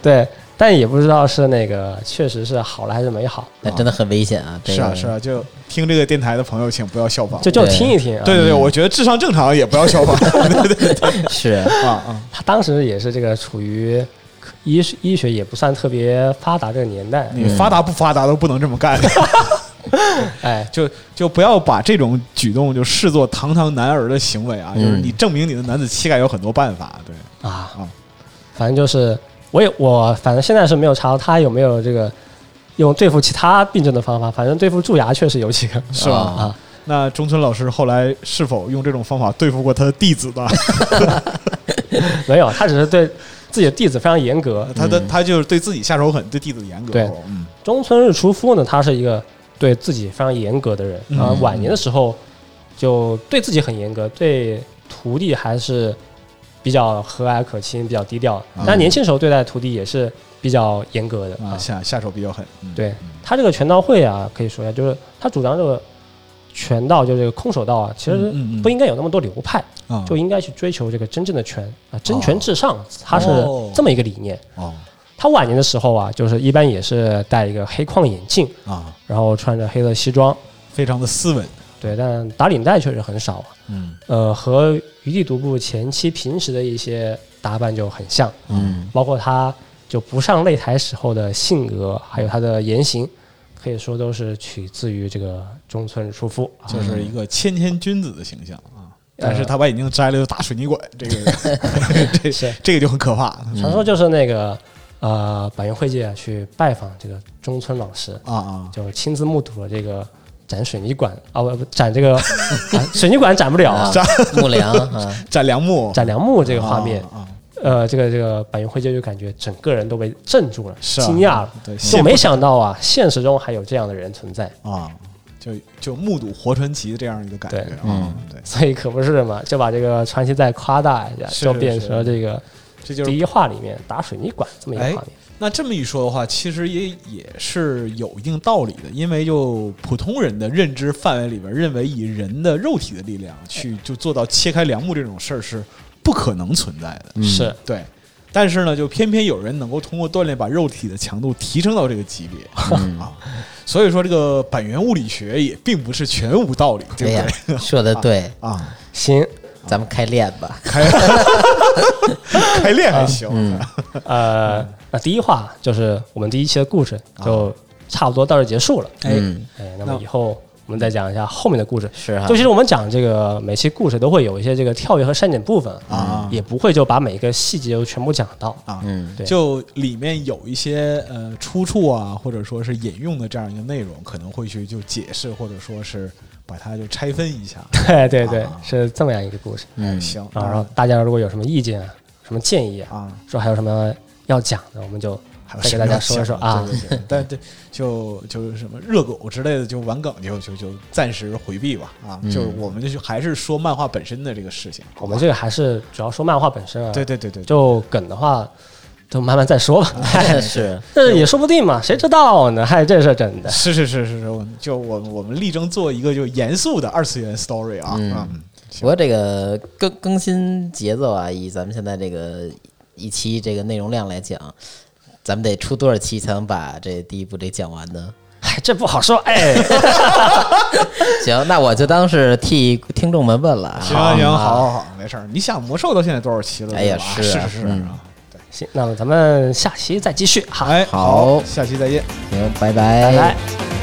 S3: 对，但也不知道是那个确实是好了还是没好，
S1: 那真的很危险啊，这
S2: 是啊
S1: 个
S2: 是啊，就听这个电台的朋友，请不要效仿。
S3: 就就听一听啊。
S2: 对对对，我觉得智商正常也不
S1: <laughs>
S2: 要效仿。对对对
S1: 是
S2: 啊啊
S3: 他当时也是这个处于科医学医学也不算特别发达这个年代，
S1: 嗯
S2: 你发达不发达都不能这么干，
S3: 哎，
S2: 就就不要把这种举动就视作堂堂男儿的行为啊！就是
S1: 嗯
S2: 你证明你的男子气概有很多办法，对
S3: 啊
S2: 啊，
S3: 反正就是我也我反正现在是没有查到他有没有这个用对付其他病症的方法，反正对付蛀牙确实有几个
S2: <laughs> 是吧？
S1: 啊
S3: 啊。
S2: 那中村老师后来是否用这种方法对付过他的 <laughs> 弟子呢？
S3: 没有，他只是对自己的弟子非常严格。
S2: 他的他就是对自己下手狠，对弟子严格。
S3: 嗯对
S2: 嗯
S3: 中村日出夫呢，他是一个对自己非常严格的人
S2: 嗯
S3: 啊、晚年的时候就对自己很严格，对徒弟还是比较和蔼可亲、比较低调
S2: 啊。
S3: 但年轻时候对待徒弟也是比较严格的
S2: 啊，
S3: 啊。
S2: 下下手比较狠。嗯
S3: 对他这个拳道会啊，可以说一下，就是他主张这个拳道，就是这个空手道啊，其实
S2: 嗯嗯嗯
S3: 不应该有那么多流派，
S2: 啊，
S3: 就应该去追求这个真正的拳啊，真拳至上，他是
S2: 哦
S3: 这么一个理念。
S2: 哦
S3: 他晚年的时候啊，就是一般也是戴一个黑框眼镜，
S2: 啊，
S3: 然后穿着黑色西装，
S2: 非常的斯文。
S3: 对，但打领带确实很少啊。
S2: 嗯
S3: 呃，和余地独步前期平时的一些打扮就很像，
S1: 嗯
S3: 包括他就不上擂台时候的性格，还有他的言行，可以说都是取自于这个中村日出夫啊。呃
S2: 就是一个谦谦君子的形象啊。但是他把眼镜摘了就打水泥滚，这
S3: <laughs>
S2: 个这
S3: 是
S2: 这个就很可怕
S3: 传说就是那个呃，百元会计啊去拜访这个中村老师，
S2: 啊啊！
S3: 就是亲自目睹了这个展水泥管啊，不不展这个、啊水泥管展不了啊，
S1: 木梁啊，
S2: <laughs> 斩梁木
S3: 展梁木这个画面，
S2: 啊，啊
S3: 呃，这个这个百元会计就感觉整个人都被镇住了，
S2: 是啊
S3: 惊讶了，
S2: 对，
S3: 就没想到啊，现实中还有这样的人存在，
S2: 啊，就就目睹活传奇这样一个感觉
S3: 对，
S1: 嗯
S2: 啊，对，
S3: 所以可不是嘛，就把这个传奇再夸大一下，
S2: 是
S3: 就是变
S2: 是
S3: 成了这个
S2: 这就是
S3: 第一话里面打水泥管这么一个
S2: 哎
S3: 画面。
S2: 那这么一说的话，其实也也是有一定道理的，因为就普通人的认知范围里边，认为以人的肉体的力量去就做到切开梁木这种事儿是不可能存在的，
S1: 嗯
S3: 是
S2: 对。但是呢，就偏偏有人能够通过锻炼把肉体的强度提升到这个级别、
S1: 嗯
S2: 啊， <laughs> 所以说这个板垣物理学也并不是全无道理，
S1: 哎
S2: 对
S1: 呀
S2: 不对？，
S1: 说的对，
S2: 啊，
S3: 行，
S1: 咱们开练
S2: <laughs>
S1: 吧。
S2: 开开练还行，
S1: 嗯
S3: 呃，那第一话就是我们第一期的故事，
S2: 啊
S3: 就差不多到这儿结束了。
S2: <laughs> 哎
S1: 嗯，
S3: 哎，那
S2: 那
S3: 么以后我们再讲一下后面的故事。
S2: 啊
S1: 是哈啊
S3: 就，其实我们讲这个每期故事都会有一些这个跳跃和删减部分
S2: 啊
S3: 也不会就把每个细节都全部讲到。
S2: 啊，
S1: 嗯，
S3: 对
S2: 就里面有一些呃出处啊，或者说是引用的这样一个内容，可能会去就解释，或者说是把它就拆分一下。
S3: 对对对
S2: 啊，
S3: 是这么样一个故事
S1: 嗯，
S2: <laughs> 行
S3: 啊。然后大家如果有什么意见、啊、什么建议啊，
S2: 啊，
S3: 说还有什么要讲的，我们就
S2: 还有
S3: 再
S2: 什
S3: 给
S2: 么
S3: 大家
S2: 要
S3: 说一说
S2: 讲的
S3: 啊。
S2: 对对
S3: <laughs>
S2: 对但对，就就是什么热狗之类的，就玩梗就就就暂时回避吧啊。
S1: 嗯
S2: 就是我们就还是说漫画本身的这个事情。
S3: 我们这个还是主要说漫画本身啊。
S2: 对啊对对对，对
S3: 就梗的话，就慢慢再说吧。
S1: <laughs>
S3: <laughs>
S2: <laughs>
S1: 是，
S3: 这也说不定嘛，谁知道呢？嗨，这是真
S2: <laughs>
S3: 的。
S2: 是是是是是，我们就我们我们力争做一个就严肃的二次元 story 啊。
S1: 嗯
S2: 啊
S1: 不过这个更更新节奏啊，以咱们现在这个一期这个内容量来讲，咱们得出多少期才能把这第一部这讲完呢？
S3: 嗨，这不好说。哎，
S2: <laughs>
S1: 行，那我就当是替听众们问了啊。
S2: 行行，好好好，没事儿。你想魔兽到现在多少期了？
S1: 哎呀是
S2: 对吧是
S1: 啊
S2: 是是
S1: 嗯
S2: 啊。对，
S3: 行，那么咱们下期再继续。好，
S2: 哎，
S1: 好
S2: 下期再见。
S1: 行，拜
S3: 拜拜。